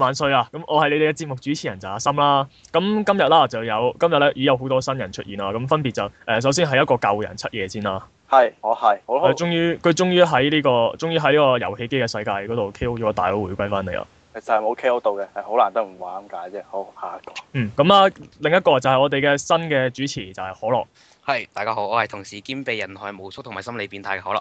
萬歲啊！咁我係你哋嘅節目主持人就阿森啦。咁今日啦就有今日咧已有好多新人出現啦。咁分別就誒、呃首先係一個舊人七夜先啦。係，我係，好佢好。終於佢終於喺呢、個終於喺呢個遊戲機嘅世界嗰度 KO 咗個大佬回歸翻嚟啊啦。其實係冇 KO 到嘅，係好難得唔玩咁解啫。好，下一個。嗯，咁啊另一個就係我哋嘅新嘅主持就係可樂。係，大家好，我係同時兼被人害無叔同埋心理變態嘅可樂。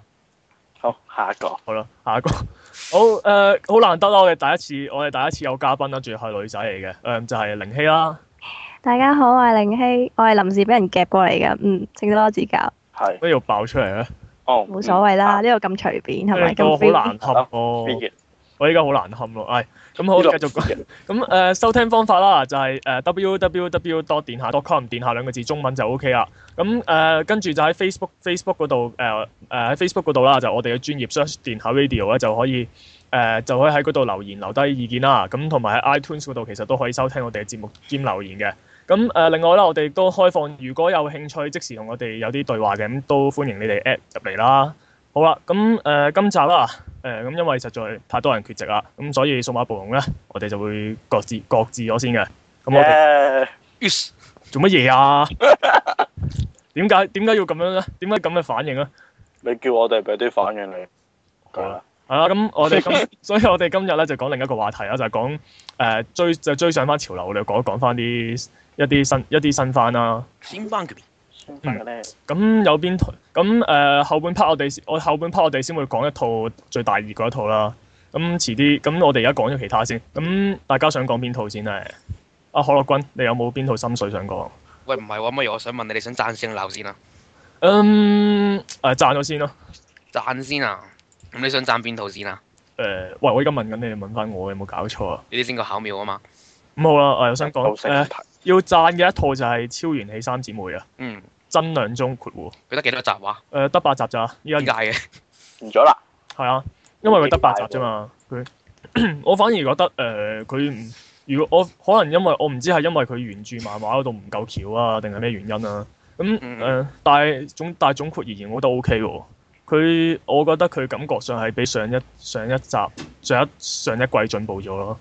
好，下一個。好啦，下一個好 誒，呃好、難得啦！我哋第一次我哋第一次有嘉賓啦，仲要係女仔嚟嘅誒，呃就係靈希啦。大家好，我係玲希，我係臨時俾人夾過嚟嘅，嗯，請多指教，係。都要哎爆出嚟咧，哦。冇所謂啦，嗯。呢度咁隨便係因咪為啊我咁好 free？難堪啊喎。邊我依家好難堪咯，唉，咁好，繼續講。咁誒、呃收聽方法啦，就係、誒 www dot 電下 dot com 電下兩個字中文就 OK 啦。咁誒、呃跟住就喺 Facebook Facebook 嗰度誒誒喺 Facebook 嗰度啦，就我哋嘅專業 search 電下 radio 咧就可以誒、呃就可以喺嗰度留言留低意見啦。咁同埋喺 iTunes 嗰度其實都可以收聽我哋嘅節目兼留言嘅。咁誒、呃另外啦，我哋亦都開放，如果有興趣即時同我哋有啲對話嘅，咁都歡迎你哋 at 入嚟啦。好啦，咁誒、呃今集啦。呃誒咁、因為實在太多人缺席啦，咁所以數碼暴龍咧，我哋就會各自各自咗先嘅。咁我哋耶於是做乜嘢啊？點解點解要咁樣咧？點解咁嘅反應咧？啊你叫我哋俾啲反應你。好啦係啦，咁我哋今所以我哋今日咧就講另一個話題啦，啊就係、講誒、呃追就追上翻潮流，我哋講一講翻啲一啲新一啲新番啦。先班決先得嘅咧。嗯咁有邊套咁誒、後半 part 我哋我後半 part 我哋先會講一套最大熱嗰一套啦。咁遲啲咁我哋而家講咗其他先。咁大家想講邊套先咧？阿、可樂君，你有冇邊套心水想講？喂，唔係喎，乜嘢？我想問你，你想贊先定鬧先啊？嗯誒、讚咗先咯。贊先啊！咁你想贊邊套先啊？誒、呃喂，我而家問緊你，你問翻我有冇搞錯啊？呢啲先叫巧妙啊嘛。咁好啦，我又想好講誒、成題。要讚嘅一套就係《超元氣三姊妹》啊，嗯，真兩宗括弧佢得幾多集話？誒得八集咋，依家點解嘅？完咗啦。係啊，因為佢得八集啫嘛。佢 我反而覺得誒，佢、唔如果我可能因為我唔知係因為佢原著漫畫嗰度唔夠橋啊，定係咩原因啊？咁誒、嗯但係總但係總括而言，我覺得 O K 喎。佢我覺得佢感覺上係比上一上一集上一上一季進步咗咯。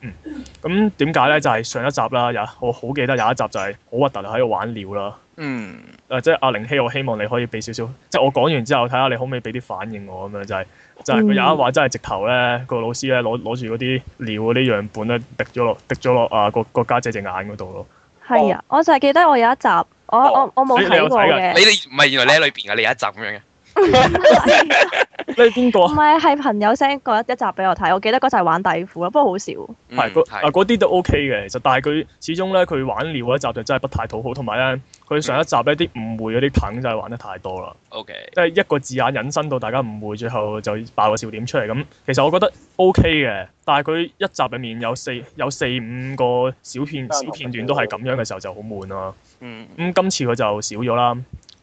嗯，咁點解咧？就係、上一集啦，有我好記得有一集就係好核突啊喺度玩尿啦。嗯，誒、呃即係阿玲希，我希望你可以俾少少，即係我講完之後，睇下你可唔可以俾啲反應我咁樣，就係、就係、佢有一話真係直頭咧，個老師咧攞攞住嗰啲尿嗰啲樣本咧，滴咗落滴咗落啊個個家姐隻眼嗰度咯。係啊，我就係記得我有一集，我我我冇哦你你有睇過睇你嘅，哋唔係原來你喺裏邊嘅，你有一集咁樣嘅。你係邊個 啊唔係係朋友 send 過一一集俾我睇，我記得嗰集係玩底褲啊啦，不過好少，嗯係嗰啊，嗰啲都 OK 嘅，其實，但係佢始終咧佢玩尿嗰一集就真係不太討好，同埋咧佢上一集咧啲誤會嗰啲梗就係玩得太多啦， OK，即係一個字眼引申到大家誤會，最後就爆個笑點出嚟咁。其實我覺得 OK 嘅，但係佢一集入面有四有四五個小片小片段都係咁樣嘅時候就好悶啦、嗯咁、，今次佢就少咗啦，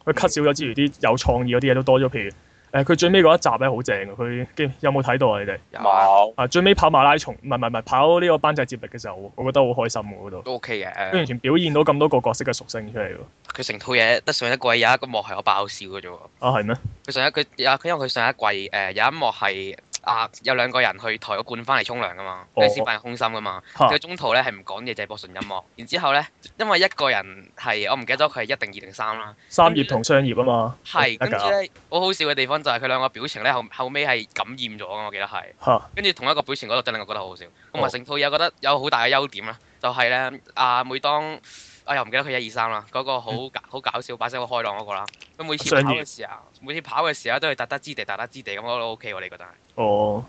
佢 cut 少咗之餘啲有創意嗰啲嘢都多咗，譬如誒佢、最尾嗰一集咧好正嘅，佢記有冇睇到啊？你哋？有啊，冇。啊，最尾跑馬拉松，唔係唔係唔係跑呢個班際接力嘅時候，我我覺得好開心喎嗰度，都 OK 嘅。佢完誒全表現到咁多個角色嘅屬性出嚟喎。佢成套嘢得上一季有一個幕係我爆笑嘅啫喎。啊，係咩？佢上一佢有佢因為佢上一季誒、有一幕係啊有兩個人去抬個罐翻嚟沖涼噶嘛，哦跟住先發現空心噶嘛。嚇佢中途咧係唔講嘢，就係播純音樂。然之後咧，因為一個人係我唔記得咗佢係一定二定三啦，三葉同雙葉啊嘛。係得跟住㗎。咧好好笑嘅地方就係佢兩個表情咧後後尾係感染咗噶嘛，我記得係。嚇跟住同一個表情嗰度真係我覺得好好笑。同哦埋成套嘢我覺得有好大嘅優點啦，就係咧啊每當哎我又唔記得佢一二三啦，嗰個好嗯搞好搞笑把聲好開朗嗰個啦。佢每次上跑野嘅時候，每次跑嘅時候都係踏得之地踏得之地咁，我覺得 O K 喎，你覺得係？哦，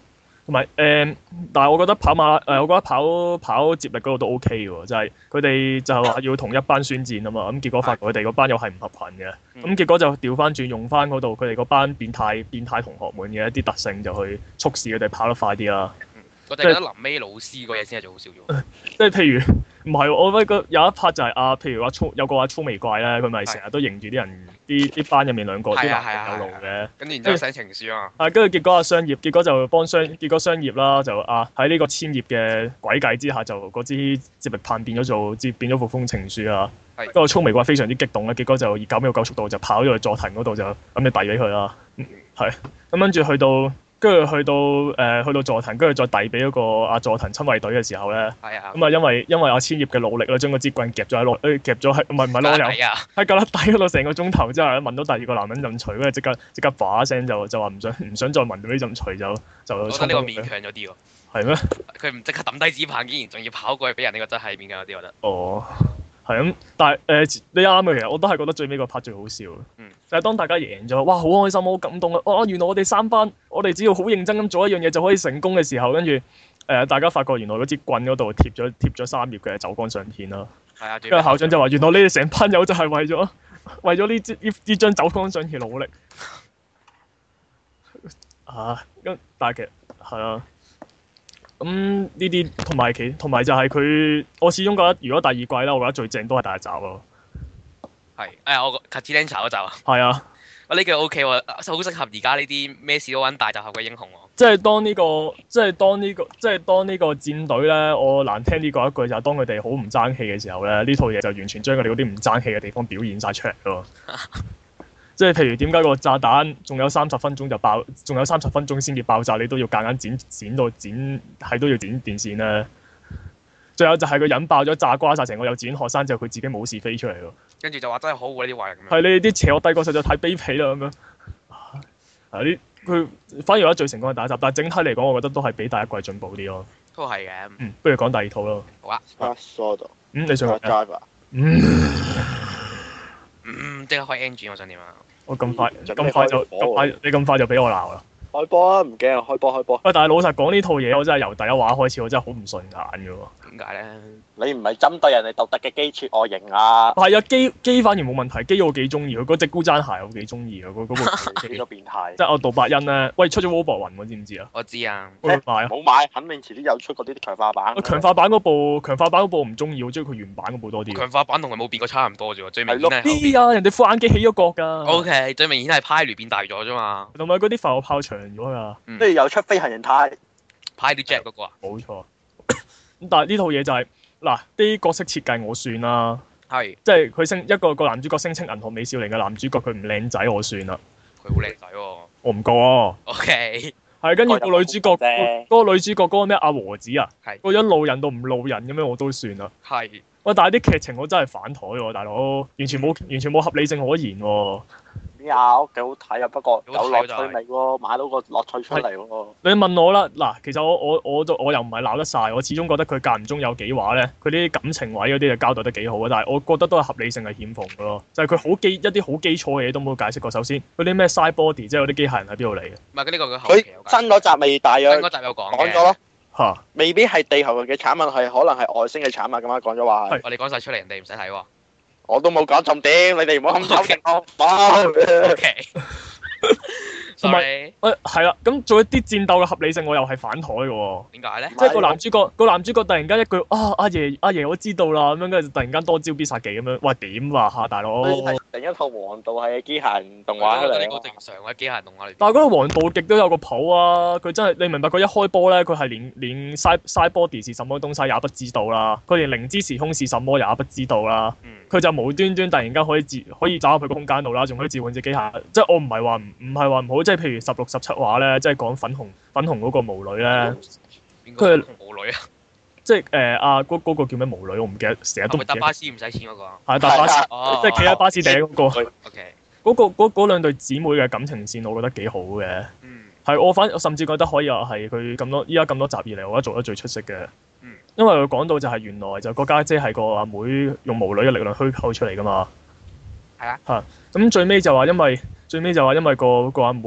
同埋誒，但係我覺得跑馬誒、我覺得跑跑接力嗰度都 OK 喎，就係佢哋就係話要同一班宣戰啊嘛，咁結果發覺佢哋嗰班又係唔合群嘅，咁、嗯結果就調翻轉用翻嗰度佢哋嗰班變態變態同學們嘅一啲特性，就去促使佢哋跑得快啲啦。我就係覺得臨尾老師嗰嘢先係最好笑咗。即係譬如唔係喎，我覺得有一 part 就係啊，譬如話粗有個話粗眉怪咧，佢咪成日都迎住啲人啲啲班入面兩個啲係啊係啊男朋友路嘅。跟住然之後寫情書啊嘛，啊，跟住結果啊，商業結果就幫商，結果商業啦，就啊喺呢個千葉嘅詭計之下，就嗰支接力棒變咗做，接變咗副風情書啊。係不過粗眉怪非常之激動啊咧，結果就以嗯九秒九速度就跑咗去佐藤嗰度就咁就遞俾佢啦。係咁跟住去到跟住去到誒、呃去到佐藤，跟住再遞俾嗰個阿佐藤親衛隊嘅時候咧，係啊，咁啊因為因為阿千葉嘅努力咧，將個支棍夾咗喺落，誒夾咗喺唔係唔係攞油，係啊，喺格粒底嗰度成個鐘頭之後咧，聞到第二個男人陣除，跟住即刻即刻把聲就就話唔想唔想再聞到呢陣除就就我覺衝得呢個咗勉佢強咗啲喎。係咩？佢唔即刻抌低紙棒，竟然仲要跑過去俾人，呢個真係勉強有啲，我覺得。哦，係咁，但係誒、呃你啱嘅，其實我都係覺得最尾個 part 最好笑嘅，嗯就係當大家贏咗，哇，好開心，好感動啊！哦，原來我哋三班，我哋只要好認真咁做一樣嘢就可以成功嘅時候，跟住誒大家發覺原來嗰支棍嗰度貼咗貼咗三頁嘅走光相片啦，係啊，最跟住校長就話原來你哋成班友就係為咗為咗呢支呢呢張走光相而努力，啊，咁但係其實係啊。咁呢啲同埋其同埋就係佢，我始終覺得如果第二季咧，我覺得最正都係第一集咯。係誒，我 c a t i l e n c a 嗰集啊，係啊，我呢句 O K 喎，好適合而家呢啲咩事都揾大集合嘅英雄喎。即係當呢、個，即係當呢、個，即係當呢個戰隊咧，我難聽啲講一句就係當佢哋好唔爭氣嘅時候咧，呢套嘢就完全將佢哋嗰啲唔爭氣嘅地方表現晒出嚟咯。即係譬如點解個炸彈仲有三十分鐘就爆，仲有三十分鐘先至爆炸，你都要夾硬剪剪到剪係都要剪電線咧。最有就係佢引爆咗炸瓜晒成個幼稚園學生之後，佢自己冇事飛出嚟咯。跟住就話真係好喎呢啲壞人咁樣。係你啲邪惡帝國實在太卑鄙啦咁樣。係啲佢反而我覺得最成功嘅打集，但係整體嚟講，我覺得都係比第一季進步啲咯。都係嘅。嗯，不如講第二套咯。啊，Sodo，嗯，你想講咩 Driver，嗯，嗯，即刻開 engine，我想點啊？我咁快準備咁快就開火喎咁快，你咁快就俾我鬧啦。開波啊！唔驚啊，開波開波。喂，但係老實講呢套嘢，我真係由第一話開始，我真係好唔順眼嘅喎。點解咧？你唔係針對人哋獨特嘅機設外形 啊，係啊，基基反而冇問題，基我幾中意佢嗰只高踭鞋，我幾中意啊， 嗰嗰部幾機個變態即。係我杜伯欣咧，喂出咗 w o b o 雲喎，知唔知啊？我知啊，會唔會買啊？冇買，肯定遲啲有出嗰啲強化版我。強化版嗰部強化版嗰部我唔中意，我中意佢原版嗰部多啲。強化版同佢冇變過差唔多啫喎，最明係顯咯係後面啲啊，人哋副眼鏡起咗角㗎。 O K，最明顯係派雷變大咗啫嘛，同埋嗰啲浮游炮長咗㗎，跟住又出飛行人態，派啲 Jack 嗰個啊，冇錯。 咁但係呢套嘢就係、嗱，啲角色設計我算啦，係即係佢聲一個個男主角聲稱銀河美少年嘅男主角佢唔靚仔，我算啦，佢好靚仔喎。我唔覺喎。 O K，係跟住個女主角，個人嗰個女主角嗰個咩阿和子啊，係個樣路人到唔路人咁樣我都算啦。係喂，但係啲劇情我真係反台喎，大佬，完全冇完全冇合理性可言喎。有幾好睇啊！不過有幾好樂睇趣味喎，買到個樂趣出嚟喎。你問我啦，嗱，其實我我我就我又唔係鬧得晒，我始終覺得佢間唔中有幾話咧，佢啲感情位嗰啲就交代得幾好啊，但係我覺得都係合理性係欠奉嘅咯，就係佢好基一啲好基礎嘅嘢都冇解釋過。首先，嗰啲咩 side body 即係嗰啲機械人喺邊度嚟嘅唔係呢個佢後佢期有新嗰集咪大新約嗰集有講講嘅咗咯，嚇？未必係地球嘅產物，係可能係外星嘅產物咁樣講咗話係。我哋講晒出嚟，人哋唔使 睇喎。我都冇講重點，你哋唔好咁抽定我。 O 冇 K，同埋 sorry，誒係啦，咁做一啲戰鬥嘅合理性我又係反台嘅喎，點解咧？即係個男主角個男主角突然間一句啊阿爺阿爺我知道啦咁樣，跟住就突然間多招必殺技咁樣，喂點啊嚇大佬？係另一套黃道係嘅機械人動畫我出覺得嚟啊呢個正喎。常嘅機械人動畫裏啊但係邊。嗰個黃暴極都有個譜啊！佢真係你明白佢一開波咧，佢係連連 side side body 是什麼東西也不知道啦，佢連靈知時空是什麼也不知道啦，嗯，佢就無端端突然間可以自可以走入去個空間度啦，仲可以召喚只機械，即係我唔係話唔唔係話唔好，即係譬如十六十七話咧，即係講粉紅粉紅嗰個巫女咧，邊個佢母女啊？即係誒阿嗰嗰個叫咩巫女，我唔記得，成日係都唔咪記搭得，巴士唔使錢嗰個啊？係搭巴士，哦，即係企喺巴士頂嗰個， O K，嗰個嗰嗰兩對姊妹嘅感情線，我覺得幾好嘅。嗯，係我反我甚至覺得可以話係佢咁多依家咁多集以嚟，我覺得做得最出色嘅。嗯因為佢講到就係原來就個家姐係個阿妹用無女嘅力量虛構出嚟噶嘛。係啊。嚇！咁最尾就話因為最尾就話因為個個阿妹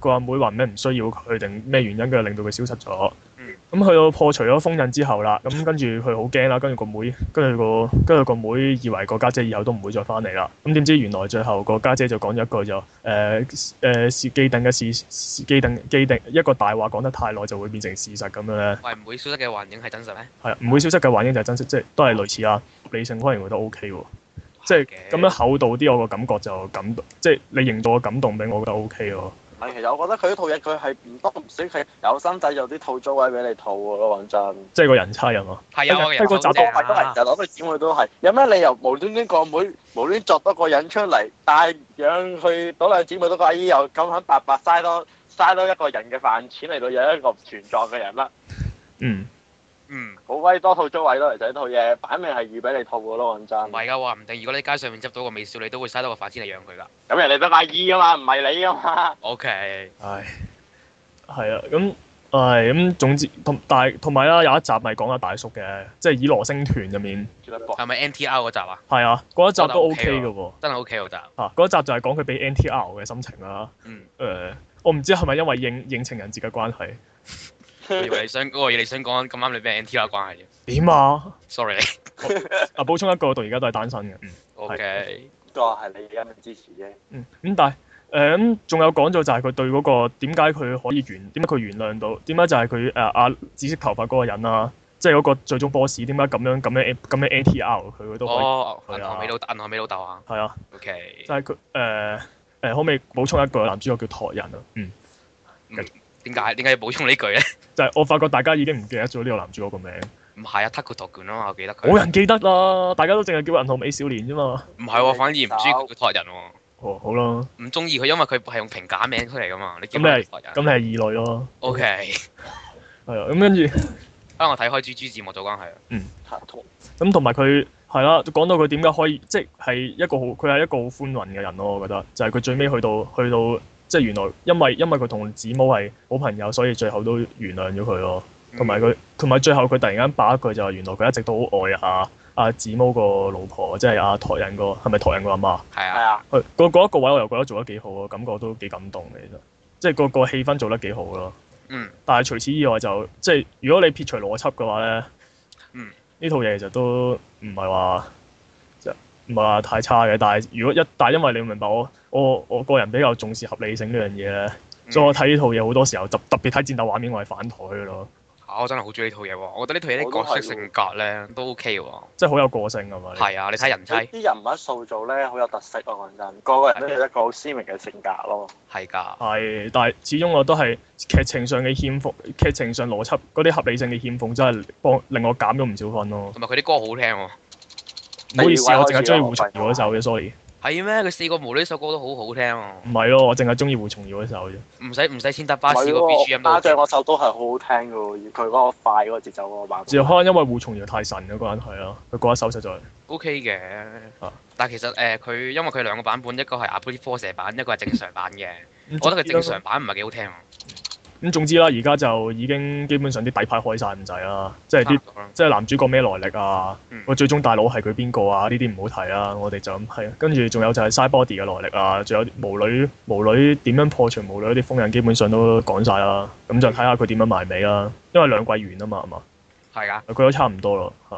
個阿妹話咩唔需要佢定咩原因嘅令到佢消失咗。嗯咁去到破除咗封印之後啦，咁跟住佢好驚啦，跟住個妹，跟住個跟住個妹以為個家姐以後都唔會再翻嚟啦。咁點知原來最後個家姐就講咗一句就誒誒是既定嘅事，是既定既定一個大話講得太耐就會變成事實咁樣咧，喂，唔會消失嘅幻影係真實咩？係啊唔會消失嘅幻影就係真實，即係都係類似啊。理性可能覺得 O K 喎，即係嘅咁樣厚道啲，我個感覺就感動，即係你營造個感動俾我覺得 O K 喎。係其實我覺得佢呢套嘢佢係唔多唔少佢有心製造啲套租位俾你套嘅咯，講真。即係個人差人啊，係啊，我係個人手集多都正係都係，啊其，實攞對姊妹都係。有咩理由無端端個妹無端作多個人出嚟，帶養佢嗰兩姊妹都個阿姨又咁肯白白嘥多嘥多一個人嘅飯錢嚟到有一個唔存在嘅人啦。嗯，嗯，好威多套租位咯，其實呢套嘢擺明係預俾你套嘅咯，講真。唔係㗎，話唔定如果你喺街上面執到個美少女，都會嘥多個飯錢嚟養佢㗎。咁人哋得阿姨啊嘛，唔係你啊嘛。 O K，唉，係啊，咁唉咁總之同但係同埋啦，有一集咪講阿大叔嘅，即係以羅星團入面絕對搏係咪 N T R 嗰集啊？係啊，嗰一集都我覺 OK 得 OK 嘅喎。真係 O K 嗰集。啊，嗰一集就係講佢俾 NTR 嘅心情啦。 嗯，誒、我唔知係咪因為應應情人節嘅關係。我以為你想嗰個嘢你想講咁啱你俾 N T R 關係嘅點啊？ ，sorry。啊，補充一個，我到而家都係單身嘅。嗯 O K，個係你嘅支持啫。嗯，咁但係誒咁仲有講咗就係佢對嗰、個點解佢可以原點解佢原諒到點解就係佢誒阿紫色頭髮嗰個人啊，即係嗰個最終 boss 點解咁樣咁樣咁樣 NTR 佢佢都可以哦，銀行美老銀行美老豆啊。係啊， O K，就係佢誒誒可唔可以補充一句男主角叫托人啊？嗯，點解點解要補充呢 句咧？就係、我發覺大家已經唔記得咗呢個男主角個名，唔係啊，Taco 托卷啊嘛，我記得佢。冇人記得啦，大家都淨係叫銀河美少年啫嘛。唔係喎，反而唔中意佢托人喎。哦，好啦，唔中意佢，因為佢係用平假名出嚟噶嘛。你叫咁你佢係托人咁你係異類咯， ？O K，係啊，咁跟住。可啊能我睇開豬豬字幕組關係啊。同咁同埋佢係啦，講到佢點解可以，即係一個好，佢係一個好寬宏嘅人咯。我覺得就係、佢最尾去到去到，即係原來因為因為佢同子母係好朋友，所以最後都原諒咗佢咯。同嗯埋佢同埋最後佢突然間把一句就係原來佢一直都好愛阿阿子母個老婆，即係阿托人個係咪托人個阿媽？係係啊，啊，佢嗰嗰一個位我又覺得做得幾好啊，感覺都幾感動嘅，其實即係個個氣氛做得幾好咯。嗯，但係除此以外就即係如果你撇除邏輯嘅話咧，嗯呢套嘢其實都唔係話即係唔係話太差嘅。但係如果一但係因為你明白我我我個人比較重視合理性呢樣嘢咧，嗯所以我睇呢套嘢好多時候特特別睇戰鬥畫面，我係反台嘅咯，啊我真係好中意呢套嘢喎。我覺得呢套嘢我都係啲角色喎性格咧都 O K 喎。即係好有個性㗎嘛。係啊，你睇人妻啲人物塑造咧好有特色咯，講真，個個人都有一個好鮮明嘅性格咯。係㗎，係，但係始終我都係劇情上嘅欠奉，劇情上邏輯嗰啲合理性嘅欠奉，真係幫令我減咗唔少分咯。同埋佢啲歌好聽喎。唔好意思，啊我淨係中意第二位開始啦胡松瑤嗰首嘅，sorry。係咩？佢四個無呢首歌都好好聽喎。唔係咯，我淨係中意胡松瑤嗰首啫。唔使唔使千搭唔巴士係個 B G 喎， M 都巴好聽掌嗰首都係好好聽嘅喎，佢嗰個快嗰個節奏嗰個版只本。可能因為胡松瑤太神嘅關係啦，佢嗰一手實在 O K 嘅啊。但係其實誒，佢因為佢兩個版本，一個係 a p r i l 科蛇版，一個係正常版嘅。咁我覺得佢正總之常啦。版唔係幾好聽喎。咁總之啦，而家就已經基本上啲底牌開晒咁滯啦，即係差唔啲多啦即係男主角咩來歷啊，嗯個、最終大佬係佢邊個啊？呢啲唔好提啦，我哋就咁係。跟住仲有就係 Cybody 嘅來歷啊，仲有啲巫女巫女點樣破除巫女啲封印，基本上都講晒啦。咁就睇下佢點樣埋尾啦，因為兩季完啊嘛，係嘛？係啊，佢都差唔多咯嚇。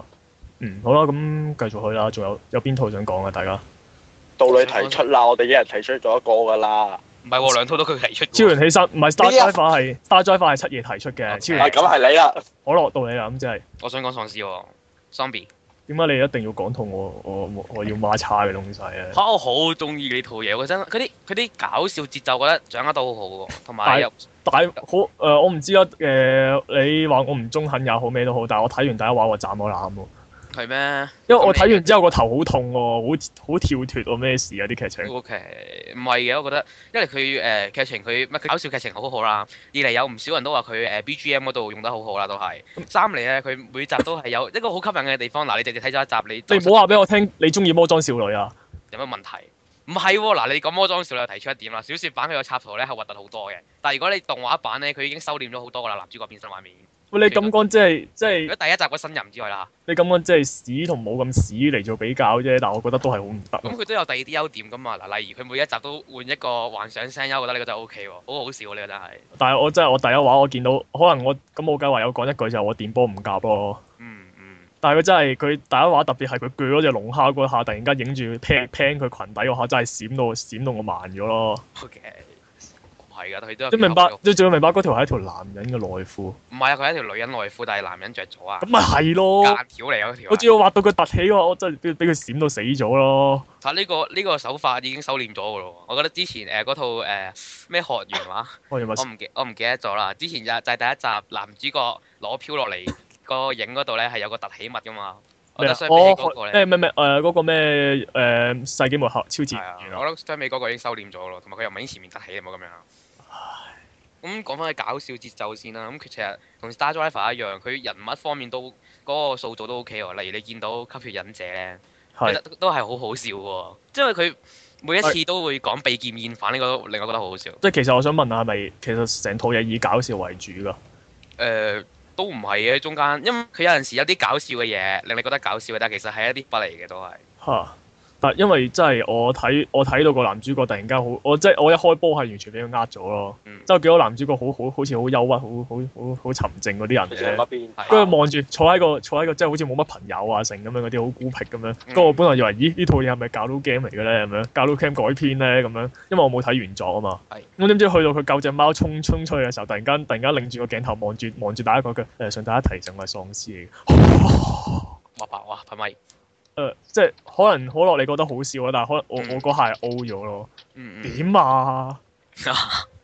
嗯，好啦，咁繼續去啦。仲有有邊套想講啊？大家道理提出啦，我哋一人提出咗一個㗎啦。唔係喎，兩套都佢提出超嘅元喎。起身唔係 Star 呢一 Driver 係 Star Driver 係七夜提出嘅，超啊，元咁係你啦。可樂到你啦，咁即係我想講喪屍喎，zombie。點解你一定要講套我我我我要孖叉嘅東西啊咧？嚇！我好中意呢套嘢，我真係佢啲佢啲搞笑節奏，我覺得掌握得好好喎，同埋又但係好誒、呃我唔知啊誒、你話我唔中肯也好咩都好，但係我睇完第一話我斬我攬喎，係咩因為我睇完之後個頭好痛喎，好好跳脱喎，咩事啊啲劇情？ ？O K，唔係嘅，我覺得，因為佢誒、呃、劇情佢乜佢搞笑劇情好好啦，二嚟有唔少人都話佢誒 B G M 嗰度用得好好啦，都係。三嚟咧，佢每集都係有一個好吸引嘅地方。嗱，你直接睇咗一集，你你唔好話俾我聽你中意魔裝少女啊！有乜問題？唔係喎，嗱，你講魔裝少女又提出一點啦，小説版佢個插圖咧係核突好多嘅，但係如果你動畫版咧，佢已經收斂咗好多噶啦，男主角變身畫面。喂，你咁講即係即如係果第一集個新人之外啦，你咁講即係屎同冇咁屎嚟做比較啫，但係我覺得都係好唔得咁咯。佢都有第二啲優點噶嘛，嗱，例如佢每一集都換一個幻想聲優，我覺得呢個真係 O K 喎，好好笑喎呢個真係，但係我真係我第一話我見到，可能我咁冇計話有講一句就係我電波唔夾咯。嗯嗯，但係佢真係佢第一話特別係佢鋸嗰只龍蝦嗰下，突然間影住 pan pan 佢裙底嗰下，真係閃到閃到我慢咗咯。 O K，唔係㗎，佢都有你明幾白有？你仲要明白嗰條係一條男人嘅內褲，唔係啊，佢係一條女人內褲，但係男人着咗啊咁，咪係咯。間條嚟嗰條我啊。仲要畫到佢凸起喎，我真係俾佢閃到死咗咯。但係呢個呢個手法已經收斂咗㗎咯喎，我覺得之前誒嗰套誒咩學員話。我原來我唔記我唔記得咗啦。之前就就係第一集男主角攞漂落嚟個影嗰度咧，係有個突起物噶嘛。我咩覺得啊相比起嗰個哦，咧，誒咩咩誒嗰個咩誒世紀末後超自係然啊，原我來覺得相比嗰個已經收斂咗咯，同埋佢又唔係已經前面突起啊嘛咁樣。咁講翻佢搞笑節奏先啦，咁佢其實同 Star Driver 一樣，佢人物方面都嗰、個塑造都 OK 喎。例如你見到吸血忍者咧，其係實都係啊好好笑喎，因為佢每一次都會講被劍厭反呢個，令我覺得好好笑。誒、即係其實我想問下，係咪其實成套嘢以搞笑為主㗎？呃都唔係嘅，中間因為佢有陣時有啲搞笑嘅嘢，令你覺得搞笑嘅，但係其實係一啲不嚟嘅都係。嚇！但因為真係我睇我睇到個男主角突然間好，我即係我一開波係完全俾佢呃咗咯。嗯即係我見到男主角好好好似好憂鬱、好好好好沉靜嗰啲你人喺咧嗰，邊，係跟住望住坐喺個坐喺個即係好似冇乜朋友啊成咁樣嗰啲好孤僻咁嗯樣。跟住我本來以為咦呢套嘢係咪教到 game 嚟嘅咧咁樣，教到 game 改編咧咁樣，因為我冇睇原作啊嘛。係我點知去到佢救只貓衝衝出去嘅時候，突然間突然間擰住個鏡頭望住望住大家講句誒，想大家提醒我係喪屍嚟嘅。哇白哇係咪？誒、即係可能可樂你覺得好笑啊，但係可能我嗯我嗰下係 O 咗咯。嗯嗯。點 啊？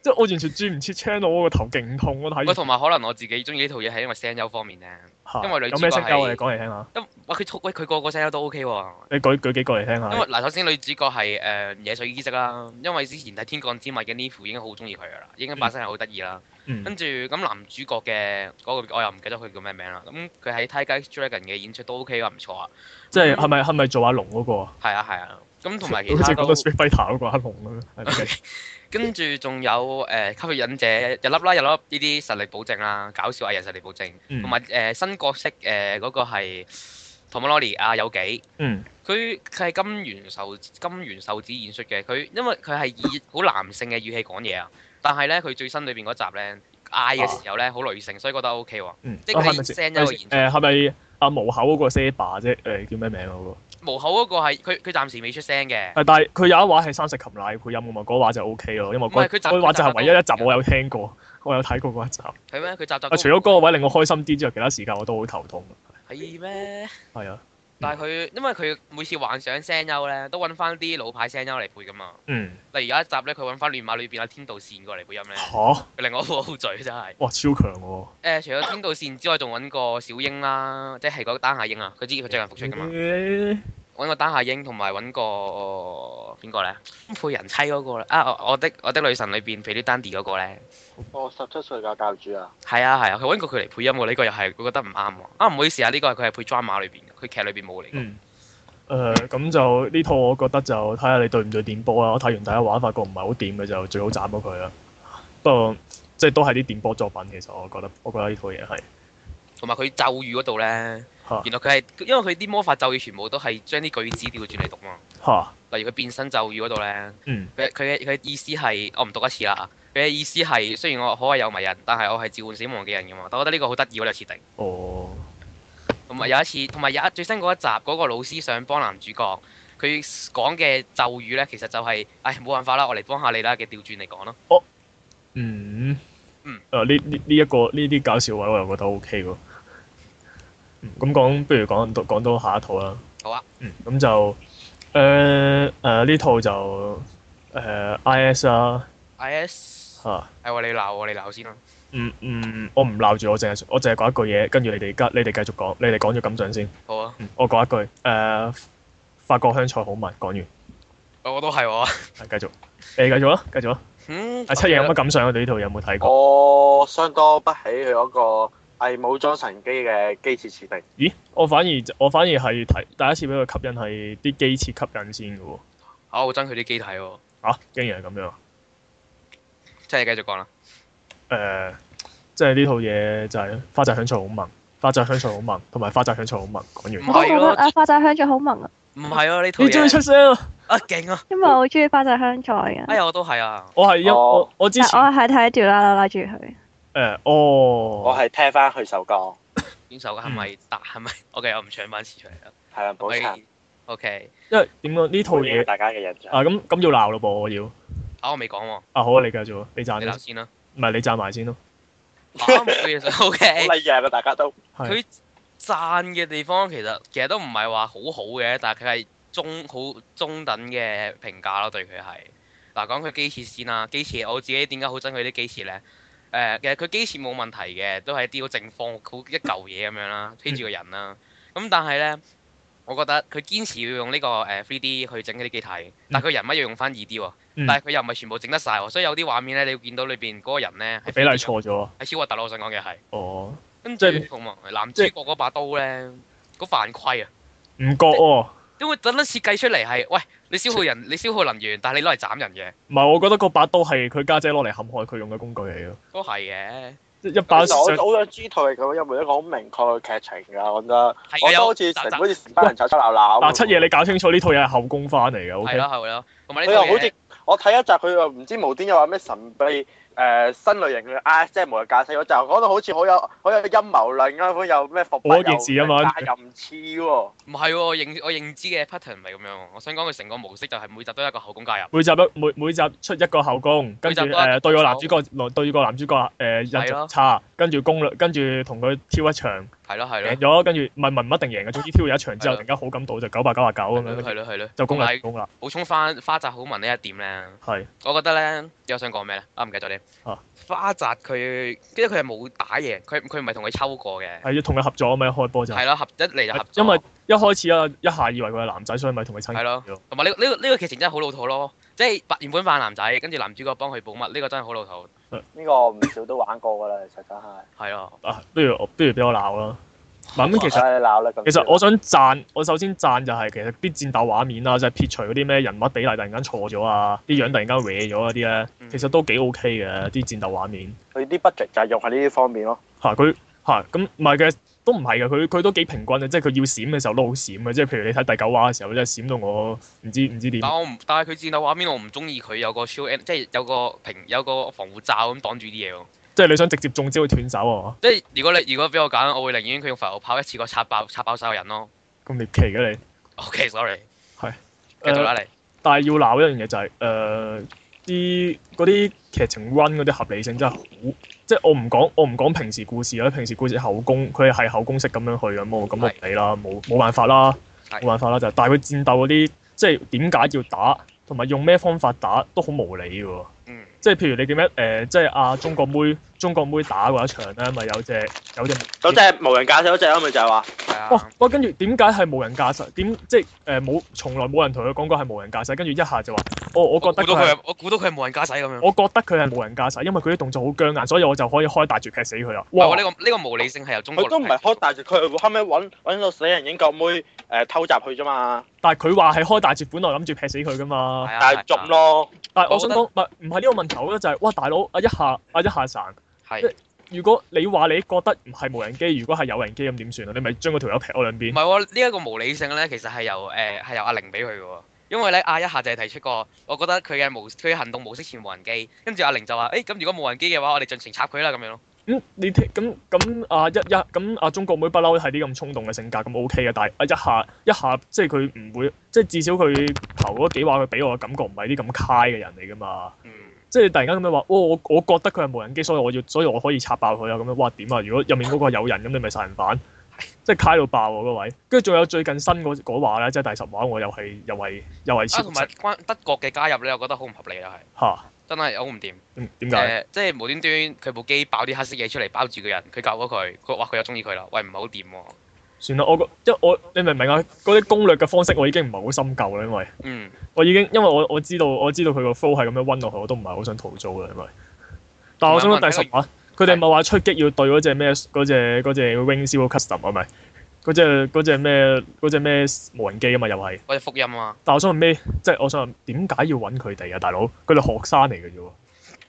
即係我完全轉唔切 channel，我個頭勁痛我睇嗯喂，完。同埋可能我自己中意呢套嘢係因為聲優方面咧，嚇因為女主有咩角聲優啊？係你講嚟聽下。因哇佢喂佢個個聲優都 OK 喎。你舉舉幾個嚟聽下因。為嗱，首先女主角係誒、呃野水衣識啦，因為之前睇《天降之物》嘅 n i f 已經好中意佢噶啦，已經把聲係好得意啦。嗯跟住咁男主角嘅嗰、個我又唔記得佢叫咩名啦。咁佢喺《Tiger Dragon》嘅演出都 OK 啊，唔錯啊。即係係咪係咪做阿龍嗰個啊？係啊係啊。咁同埋其好他似講到都 Street Fighter 嗰個阿龍 咁樣係咪嘅。跟住仲有誒、呃吸血忍者日粒啦，日粒呢啲實力保證啦，搞笑藝人實力保證，嗯同埋誒新角色誒嗰、個係 Tomolori 啊有幾。嗯佢佢係金元壽金元壽子演出嘅，佢因為佢係以好男性嘅語氣講嘢啊，但係咧佢最新裏邊嗰集咧嗌啊嘅時候咧好女性，所以覺得 O K 喎。嗯。即係佢啊係咪聲先優嘅演出誒係咪阿無口嗰個 s a b e 啫？誒叫咩名啊嗰個？無口嗰個係佢佢暫時未出聲嘅，但係佢有一話係三食琴奶配音啊嘛，嗰話就 O K 咯，因為唔嗰係佢集嗰話就係唯一一集我有聽過，我有睇過嗰一集。係咩？佢集集啊，都除咗嗰個位令我開心啲之外，其他時間我都好頭痛。係咩？係啊，但係佢因為佢每次幻想聲優咧，都揾翻啲老牌聲優嚟配噶嘛。嗯，例如有一集咧，佢揾翻亂馬裏邊阿天道線過嚟配音 咧，嚇，令我好好嘴真係。哇，超強喎！誒、除咗天道線之外，仲揾個小英啦，即係嗰個丹下英啊，佢知佢最近復出噶啊嘛。咦揾個丹下英同埋揾個邊個咧？配人妻嗰個咧啊！我我的我的女神裏邊俾啲丹迪嗰個咧，啊我十七歲㗎教主啊，係啊係啊，佢揾過佢嚟配音喎，呢、個又係佢覺得唔啱喎。啊唔好意思啊，呢、個係佢係配 drama 裏邊嘅，佢劇裏邊冇嚟嘅。嗯。誒咁、就呢套我覺得就睇下你對唔對電波啊啦。我睇完第一話發覺唔係好掂嘅就最好斬咗佢啦。不過即係都係啲電波作品，其實我覺得我覺得呢套嘢係同埋佢咒語嗰度咧，嚇原來佢係因為佢啲魔法咒語全部都係將啲句子調轉嚟讀嘛。嚇例如佢變身咒語嗰度咧，嗯佢佢嘅佢嘅意思係哦我唔讀一次啦。佢嘅意思係雖然我可愛有迷人，但係我係召喚死亡嘅人噶嘛。但我覺得呢個好得意嗰個設定。哦同埋有一次，同埋有一最新嗰一集嗰、個老師想幫男主角，佢講嘅咒語呢，其實就係、唉冇辦法啦，我嚟幫下你啦嘅調轉嚟講咯。嗯嗯誒呢呢呢一個呢啲搞笑位我又覺得 O K 喎。嗯咁講不如講到講到下一套啦。好啊。嗯，咁就誒誒呢套就誒、I S 啦 I S，嚇。係喎，你鬧我，你鬧先啦。唔唔，嗯我唔鬧住，我淨係我淨係講一句嘢，跟住你哋家你哋繼續講，你哋講咗感想先。好啊，嗯，我講一句，誒、法國香菜好味，講完，哦我我都係喎。係繼續，你繼續啦，繼續啦。 嗯，阿七爺有乜感想啊？對呢套有冇睇哦過？我相當不喜佢嗰個係冇咗神機嘅機設設定。咦，我反而我反而係睇第一次俾佢吸引係啲機設吸引先嘅喎。啊我好憎佢啲機體喎。啊，竟然係咁樣。誒、即係繼續講啦。即係呢套嘢就係花澤香菜好聞，花澤香菜好聞，同埋花澤香菜好聞，講唔嗯完。我都覺係咯得啊花澤香菜好萌啊，唔係啊，呢套你終於嘢出聲啦！啊勁啊！因為我好中意花澤香菜嘅，哎呀，我都係啊。我係因我哦我之但前我誒、係睇住啦啦拉住佢，哦，我係聽翻佢首歌，邊首係咪打係咪？OK，我唔 唱翻詞出嚟啦。係啊啦，補查 OK，因為點講呢套嘢俾大家嘅印象。啊，咁咁要鬧咯噃，我要啊我未講喎，啊好啊，你繼續啊，你讚你鬧先，先啦。唔係你讚埋先咯，啊冇嘢 OK 好。禮讓啊！大家都係佢讚嘅地方其實其實都唔係話好好嘅，但係佢係中好中等嘅評價咯，對佢係。嗱講佢機設先啦，機設我自己點解好憎佢啲機設咧？誒、其實佢機設冇問題 嘅，都係一啲好正方好一嚿嘢咁樣啦，推住個人啦。咁但係咧，我覺得佢堅持要用呢個誒 3D 去整嗰啲機體，但係佢人物要用翻 2D 喎，嗯但係佢又唔係全部整得晒喎，所以有啲畫面咧，你會見到裏邊嗰個人咧係比例錯咗啊。係超核突咯，我想講嘅係。哦，跟即住係同埋男主角嗰把刀咧，嗰犯規啊，唔覺喎。因為特登設計出嚟係，喂，你消耗人，你消耗能源，但係你攞嚟斬人嘅，唔係，我覺得嗰把刀係佢家姐攞嚟陷害佢用嘅工具嚟咯，都係嘅。即係一把但上係我我想知套係佢有冇一個好明確嘅劇情㗎，我覺得。我係覺啊，得有好似成好似成班人吵吵鬧鬧。嗱七爺，你搞清楚呢套嘢係後宮翻嚟嘅係，OK？啦係啦，同埋呢佢套又好似嘢，我睇一集，佢又唔知無端又話咩神秘誒、呃新類型嘅 I 即係無人駕駛嗰集，講到好似好有好有陰謀論咁樣，又咩伏筆我件事啊嘛又又唔似喎。唔係喎，我認我認知嘅 pattern 唔係咁樣喎。我想講佢成個模式就係每集都有一個後宮介入，每集一每每集出一個後宮，跟住每集都一個誒對個男主角來對個男主角誒印係咯象差，跟住攻略，跟住同佢挑一場係咯係贏咯咗，跟住唔係唔一定贏嘅，總之挑完一場之後，係咯突然間好感度就九百九十九咁係咯係樣，咯係咯，就攻同埋略攻啦，補充翻花澤好文呢一點咧，係我覺得咧，有想講咩咧？啊，唔記得咗添。啊花澤佢，跟住佢係冇打贏，佢佢唔係同佢抽過嘅，係要同佢合作啊嘛，一開波就係咯，合一嚟就合作。因為一開始啊一下以為佢係男仔，所以咪同佢係親咯熱咯，同埋呢個呢個呢個劇情真係好老土咯，即係白原本扮男仔，跟住男主角幫佢保密，呢個真係好老土。呢個唔少都玩過㗎啦，其實真係。係咯，啊不如我不如俾我鬧啦，嗱咁其實。唉鬧啦咁。其實我想讚，我首先讚就係其實啲戰鬥畫面啊，就係、撇除嗰啲咩人物比例突然間錯咗啊，啲樣突然間歪咗嗰啲咧，嗯其實都幾 OK 嘅啲戰鬥畫面佢啲 budget 就係用喺呢啲方面咯。嚇佢嚇咁唔係嘅，都唔係嘅，佢佢都幾平均嘅，即係佢要閃嘅時候都好閃嘅，即係譬如你睇第九話嘅時候，即係閃到我唔知唔知點啊但。我唔，但係佢戰鬥畫面我唔中意佢有個 shield end，即係有個屏有個防護罩咁擋住啲嘢喎。即係你想直接中招會斷手啊？即係如果你如果俾我揀，我會寧願佢用浮炮一次過插爆插爆晒個人咯。咁獵奇嘅你。 OK，sorry，係繼續啦你。但係要鬧一樣嘢就係、誒啲嗰啲劇情 run 嗰啲合理性真係好，即係我唔講我唔講平時故事啦，平時故事後宮佢係後宮式咁樣去咁，我咁我唔理啦，冇冇辦法啦，係冇辦法啦就係，但係佢戰鬥嗰啲即係點解要打，同埋用咩方法打都好無理嘅喎。嗯，即係譬如你記唔記得誒，即係啊中國妹中國妹打嗰一場咧，咪有隻有隻嗰隻無人駕駛嗰隻咯，咪就係話係啊。哇！哇，跟住點解係無人駕駛？點即係誒冇從來冇人同佢講過係無人駕駛，跟住一下就話哦，我覺我得估到佢係佢係，我估到佢係無人駕駛咁樣。我覺得佢係無人駕駛，因為佢啲動作好僵硬，所以我就可以開大絕劈死佢啦。哇！哇！呢、個呢、個無理性係由中國佢都唔係開大住，佢係後尾揾揾到死人影救妹誒偷襲佢啫嘛，但係佢話係開大絕，本來諗住劈死佢噶嘛。啊係啊，但係中咯。但係我我覺想得講，唔係唔係呢個問題，我覺得就係、哇，大佬啊一下啊一下神。係如果你話你覺得唔係無人機，如果係有人機咁點算啊？你咪將嗰條友劈我兩唔邊。係喎？呢、一個無理性咧，其實係由誒呃係、由阿玲俾佢嘅喎。因為咧，阿一下就係提出過，我覺得佢嘅模佢嘅行動模式似無人機，跟住阿玲就話：，誒、咁如果無人機嘅話，我哋盡情插佢啦咁樣咯。咁、你聽咁咁啊一一咁啊中國妹不嬲係啲咁衝動嘅性格，咁 OK 嘅。但係啊一下一下即係佢唔會，即係至少佢頭嗰幾話佢俾我嘅感覺唔係啲咁 high 嘅人嚟噶嘛。嗯，即係突然間咁樣話，哦，我我覺得佢係無人機，所以我要，所以我可以插爆佢啊！咁樣，哇點啊！如果入面嗰個有人，咁你咪殺人犯，即係揩到爆喎嗰位。跟住仲有最近新嗰嗰話咧，即係第十話，我又係又係又係啊，同超埋關德國嘅加入咧，我覺得好唔合理啊，係嚇真係好唔掂。點點誒、解？即係無端端佢部機爆啲黑色嘢出嚟包住個人，佢救咗佢，佢話佢又中意佢啦，喂唔係好掂喎。算啦，我覺因為我你明唔明啊？嗰啲攻略嘅方式我已經唔係好深究啦，因為嗯，我已經因為我我知道我知道佢個 flow 係咁樣温落去，我都唔係好想逃租啦，因為。但係我想講第十話，佢哋咪話出擊要對嗰只咩嗰只嗰只 wing seal custom 啊係咪？嗰只嗰只咩嗰只咩無人機啊嘛，又係。嗰隻福音啊，但我想問咩？即係我想問點解要揾佢哋啊，大佬？佢哋學生嚟嘅啫喎，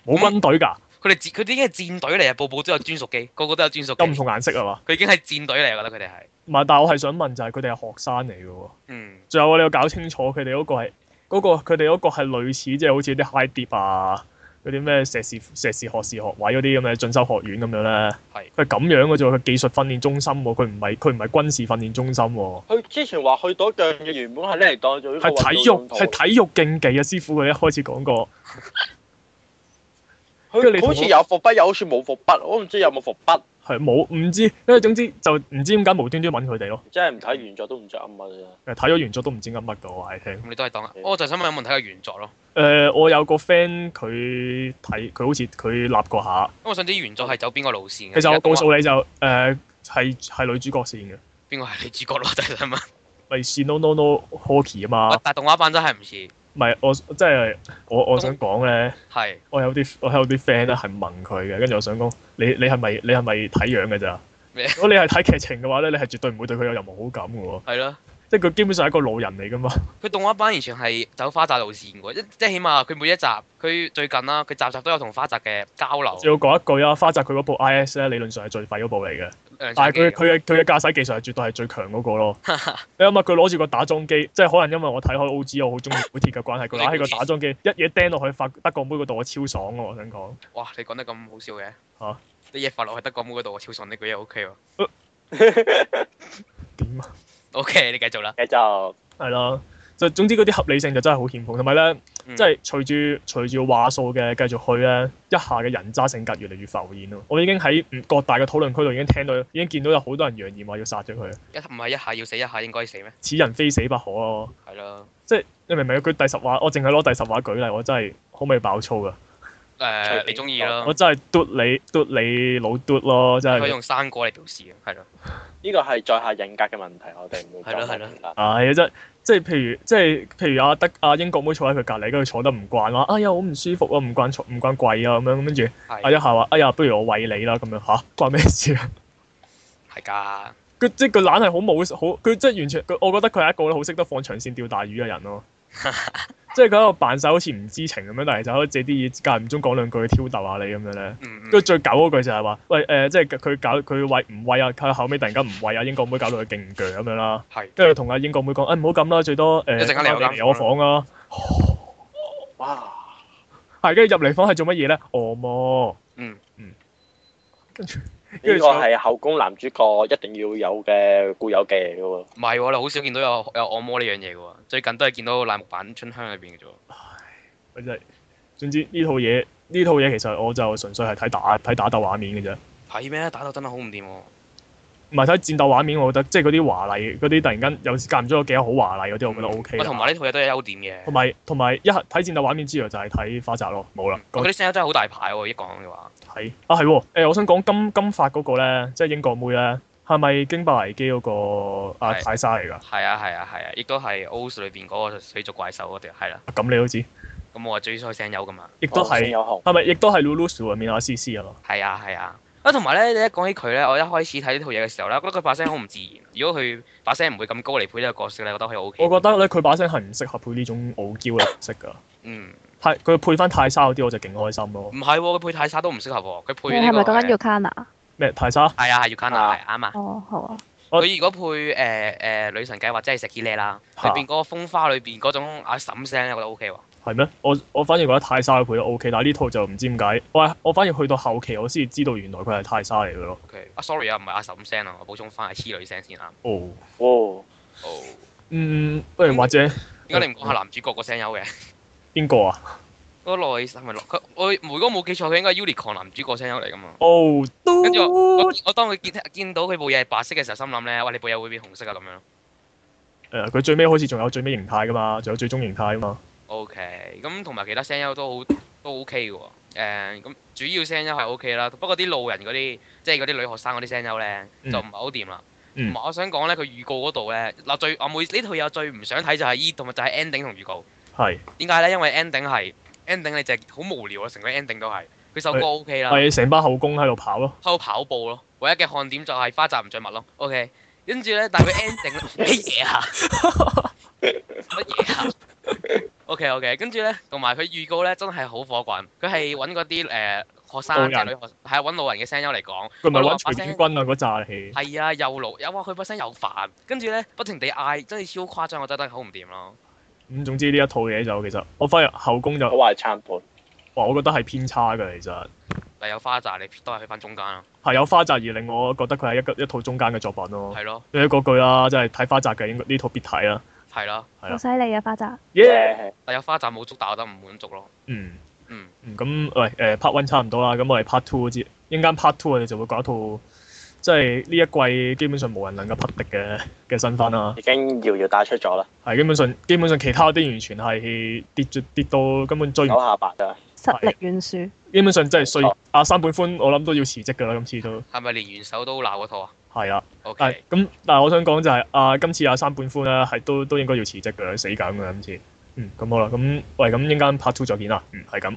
冇軍隊㗎，佢哋自佢哋已經係戰隊嚟啊，部部都有專屬機，個個都有專屬咁唔機，同顏色啊嘛。佢已經係戰隊嚟，我覺得佢哋係。唔係，但係我係想問就係佢哋係學生嚟嘅喎。嗯，仲有你要搞清楚佢哋嗰個係嗰、個佢哋嗰個係類似即係好似啲 high dip 啊嗰啲咩碩士碩士學士學位嗰啲咁嘅進修學院咁樣咧。係佢係咁樣嘅啫喎，佢技術訓練中心喎，佢唔係佢唔係軍事訓練中心喎，佢之前話去到一樣嘢，原本係拎嚟當做呢個係運體動育用途係體育競技啊！師傅佢一開始講過，跟住你佢同好我似有伏筆，又好似冇伏筆，我唔知有冇伏筆，係冇唔知，因為總之就唔知點解無端端揾佢哋咯。真係唔睇原作都唔知噏乜啊！誒睇咗原作都唔知噏乜嘅，我係聽。誒、咁你都係當，我就想問有冇人睇過原作咯？我有個 friend 佢睇佢好似佢立過下，因為我想知原作係走邊個路線嘅。嗯其實我告你啊訴你就誒係係女主角線嘅。邊個係女主角咯，就係想問。咪是 no no no hockey 啊嘛喂， 但係動畫版真係唔似，唔係我即係我我想講咧，係我有啲我有啲 friend 咧係問佢嘅，跟住我想講你你係咪你係咪睇樣嘅咋？咩如果你係睇劇情嘅話咧，你係絕對唔會對佢有任何好感嘅喎，係咯。即係佢基本上係一個老人嚟噶嘛。佢動畫版完全係走花澤路線喎，即即係起碼佢每一集，佢最近啦，佢集集都有同花澤嘅交流。只要講一句啊，花澤佢嗰部 IS 咧理論上係最廢嗰部嚟嘅，但但係佢佢嘅佢嘅駕駛技術係絕對係最強嗰個 咯。你諗下佢攞住個打樁機，即係可能因為我睇開 O.G. 我好中意古鐵嘅關係，佢 攞起個打樁機一嘢釘落去法德國妹嗰度，我超爽喎！我想講。哇！你講得咁好笑嘅嚇你嘢發落去德國妹嗰度，我超信呢句嘢 O K 喎。點啊？ O K，你繼續啦。繼續。係啦，就總之嗰啲合理性就真係好欠奉，同埋咧，嗯即係隨住隨住話數嘅繼續去咧，一下嘅人渣性格越嚟越浮現咯。我已經喺唔各大嘅討論區度已經聽到，已經見到有好多人揚言話要殺咗佢，一唔係一下要死，一下應該死咩？此人非死不可咯。係咯。即係你明唔明啊？佢第十話，我淨係攞第十話舉例，我真係可唔可以爆粗噶？誒隨，你便中意啦我。真係嘟你嘟你老嘟咯，真佢係。用生果嚟表示嘅，係咯。呢個係在下人格嘅問題，我哋唔會係講咯係咯人格。係啊，真係即係譬如即係譬如阿德阿英國妹坐喺佢隔離，跟住坐得唔慣話，哎呀好唔舒服啊，唔慣坐唔慣跪啊咁樣，跟住。啊一係下話，哎呀，不如我餵你啦咁樣吓， 關咩事啊？係㗎。佢即係佢懶係好冇好，佢即係完全佢，我覺得佢係一個咧好識得放長線釣大魚嘅人咯。即係佢喺度扮晒好似唔知情咁樣，但係就可以借啲嘢間唔中講兩句挑逗下你咁樣咧。嗯嗯跟住最狗嗰句就係話，喂誒、呃即係佢搞佢餵唔餵啊？佢後尾突然間唔餵啊，英國妹搞到佢勁鋸咁樣啦。係。跟住同阿英國妹講，誒哎唔好咁啦，最多誒一陣間嚟我間嚟我房啊。哇！係跟住入嚟房係做乜嘢咧？惡魔。嗯嗯。呢個跟住就係後宮男主角一定要有嘅固有技嚟嘅喎。唔係喎，你好少見到有有按摩呢樣嘢嘅喎，最近都係見到乃木坂春香裏邊嘅啫喎。我真係，總之呢套嘢呢套嘢其實我就純粹係睇打睇打鬥畫面嘅啫，係咩？打到真係好唔掂喎。唔係睇戰鬥畫面，我覺得即係嗰啲華麗嗰啲突然間有時間唔中有幾個好華麗嗰啲，我覺得 O K 喂嗯哦同埋呢套嘢都有優點同嘅。埋同埋一係睇戰鬥畫面之餘就係睇花澤咯，冇啦。哦嗰講啲聲優真係好大牌喎，一講嘅話。睇啊係喎，誒我想講金金髮嗰個咧，即係英國妹咧，係咪經百危機嗰個阿係泰莎嚟㗎？係啊係啊係啊，亦都係 o s 裏邊嗰個水族怪獸嗰條係啦。咁你都知，咁我係最衰聲優噶嘛。亦都哦先係啊有紅。係咪亦都係 Lulu 入面阿 C C 啊？係啊係啊。啊，同埋咧，你一講起佢咧，我一開始睇呢套嘢嘅時候咧，覺得佢把聲好唔自然。如果佢把聲唔會咁高嚟配呢個角色咧，覺得佢 O 我 K。覺得咧佢把聲係唔適合配呢種傲嬌嘅角色㗎。嗯，泰佢配翻泰莎嗰啲我就勁開心咯唔。係喎，佢配泰莎都唔適合喎。佢你配呢係咪個講緊係 Yukana？啊咩泰莎？啊係 u k a n a 啊係啱啊。哦，好啊，我佢如果配誒誒女神計劃，即係食 k i 啦，裏嚇邊嗰個風花裏邊嗰種阿嬸聲咧，我覺得 O K 喎。係咩？我我反而覺得泰莎嘅配得 O K，但係呢套就唔知點解。喂，我反而去到後期我先至知道原來佢係泰莎嚟嘅咯。 OK，啊 sorry 啊，唔係阿嬸聲啊，我補充翻係黐女聲先啱。哦，哇！哦，嗯，不如或者點解你唔講下男主角個聲優嘅？邊個啊？嗰個內係咪落佢？我如果冇記錯，佢應該係 Unicorn 男主角聲優嚟噶嘛。哦，都跟住我我我當佢見見到佢部嘢係白色嘅時候，心諗咧，喂，你部嘢會變紅色啊咁樣。誒，佢最尾好似仲有最尾形態噶嘛，仲有最終形態噶嘛。 OK，咁同埋其他聲優都好都 OK 嘅喎。誒、咁主要聲優係 OK 啦，不過啲路人嗰啲，即係嗰啲女學生嗰啲聲優咧，嗯就唔係好掂啦。同嗯埋、我想講咧，佢預告嗰度咧，嗱最我每呢套嘢我最唔想睇就係依同埋就係 ending 同預告。係，點解咧？因為 ending 係 ending 你就係好無聊啊，成個 ending 都係。佢首歌 OK 啦。係成班後宮喺度跑咯。喺度跑步咯。唯一嘅看點就係花澤唔着襪咯。OK，跟住咧，但係佢 ending 咧乜嘢啊？乜嘢啊？OK OK，跟住咧，同埋佢預告咧真係好火滾，佢係揾嗰啲誒呃學生即係老人女學，係揾老人嘅聲優嚟講，佢咪我揾話把徐聲天君啊嗰扎戲。係啊，又老又哇，佢把聲又煩，跟住咧不停地嗌，真係超誇張，我真係好唔掂咯。咁總之呢一套嘢就其實我反而後宮好就壞參半。哇，我覺得係偏差嘅其實。但有花澤，你都係去翻中間啦，係有花澤而令我覺得佢係一個一套中間嘅作品咯。係咯，你嗰句啦，真係睇花澤嘅應該呢套必睇啦。係咯，係啊好犀利啊，花澤。耶！但有花澤冇足，但我覺得唔滿足咯。嗯。嗯，嗯，咁喂誒、part one 差唔多啦，咁我哋 part two 之一間 part two 我哋就會講一套即係呢一季基本上冇人能夠匹敵嘅嘅新番啦，已經遙遙帶出咗啦，係基本上基本上其他啲完全係跌咗跌到根本追唔九，下八啦。實力懸殊，基本上真係衰冇錯阿三本寬我諗都要辭職㗎啦，今次都係咪連元首都鬧嗰套啊？係係啦， O 係 K，咁，但係我想講就係、啊，今次阿三本寬咧係都都應該要辭職㗎啦，死梗㗎啦今次。嗯，咁好啦，咁喂，咁應間 part two 再見啦。嗯，係咁。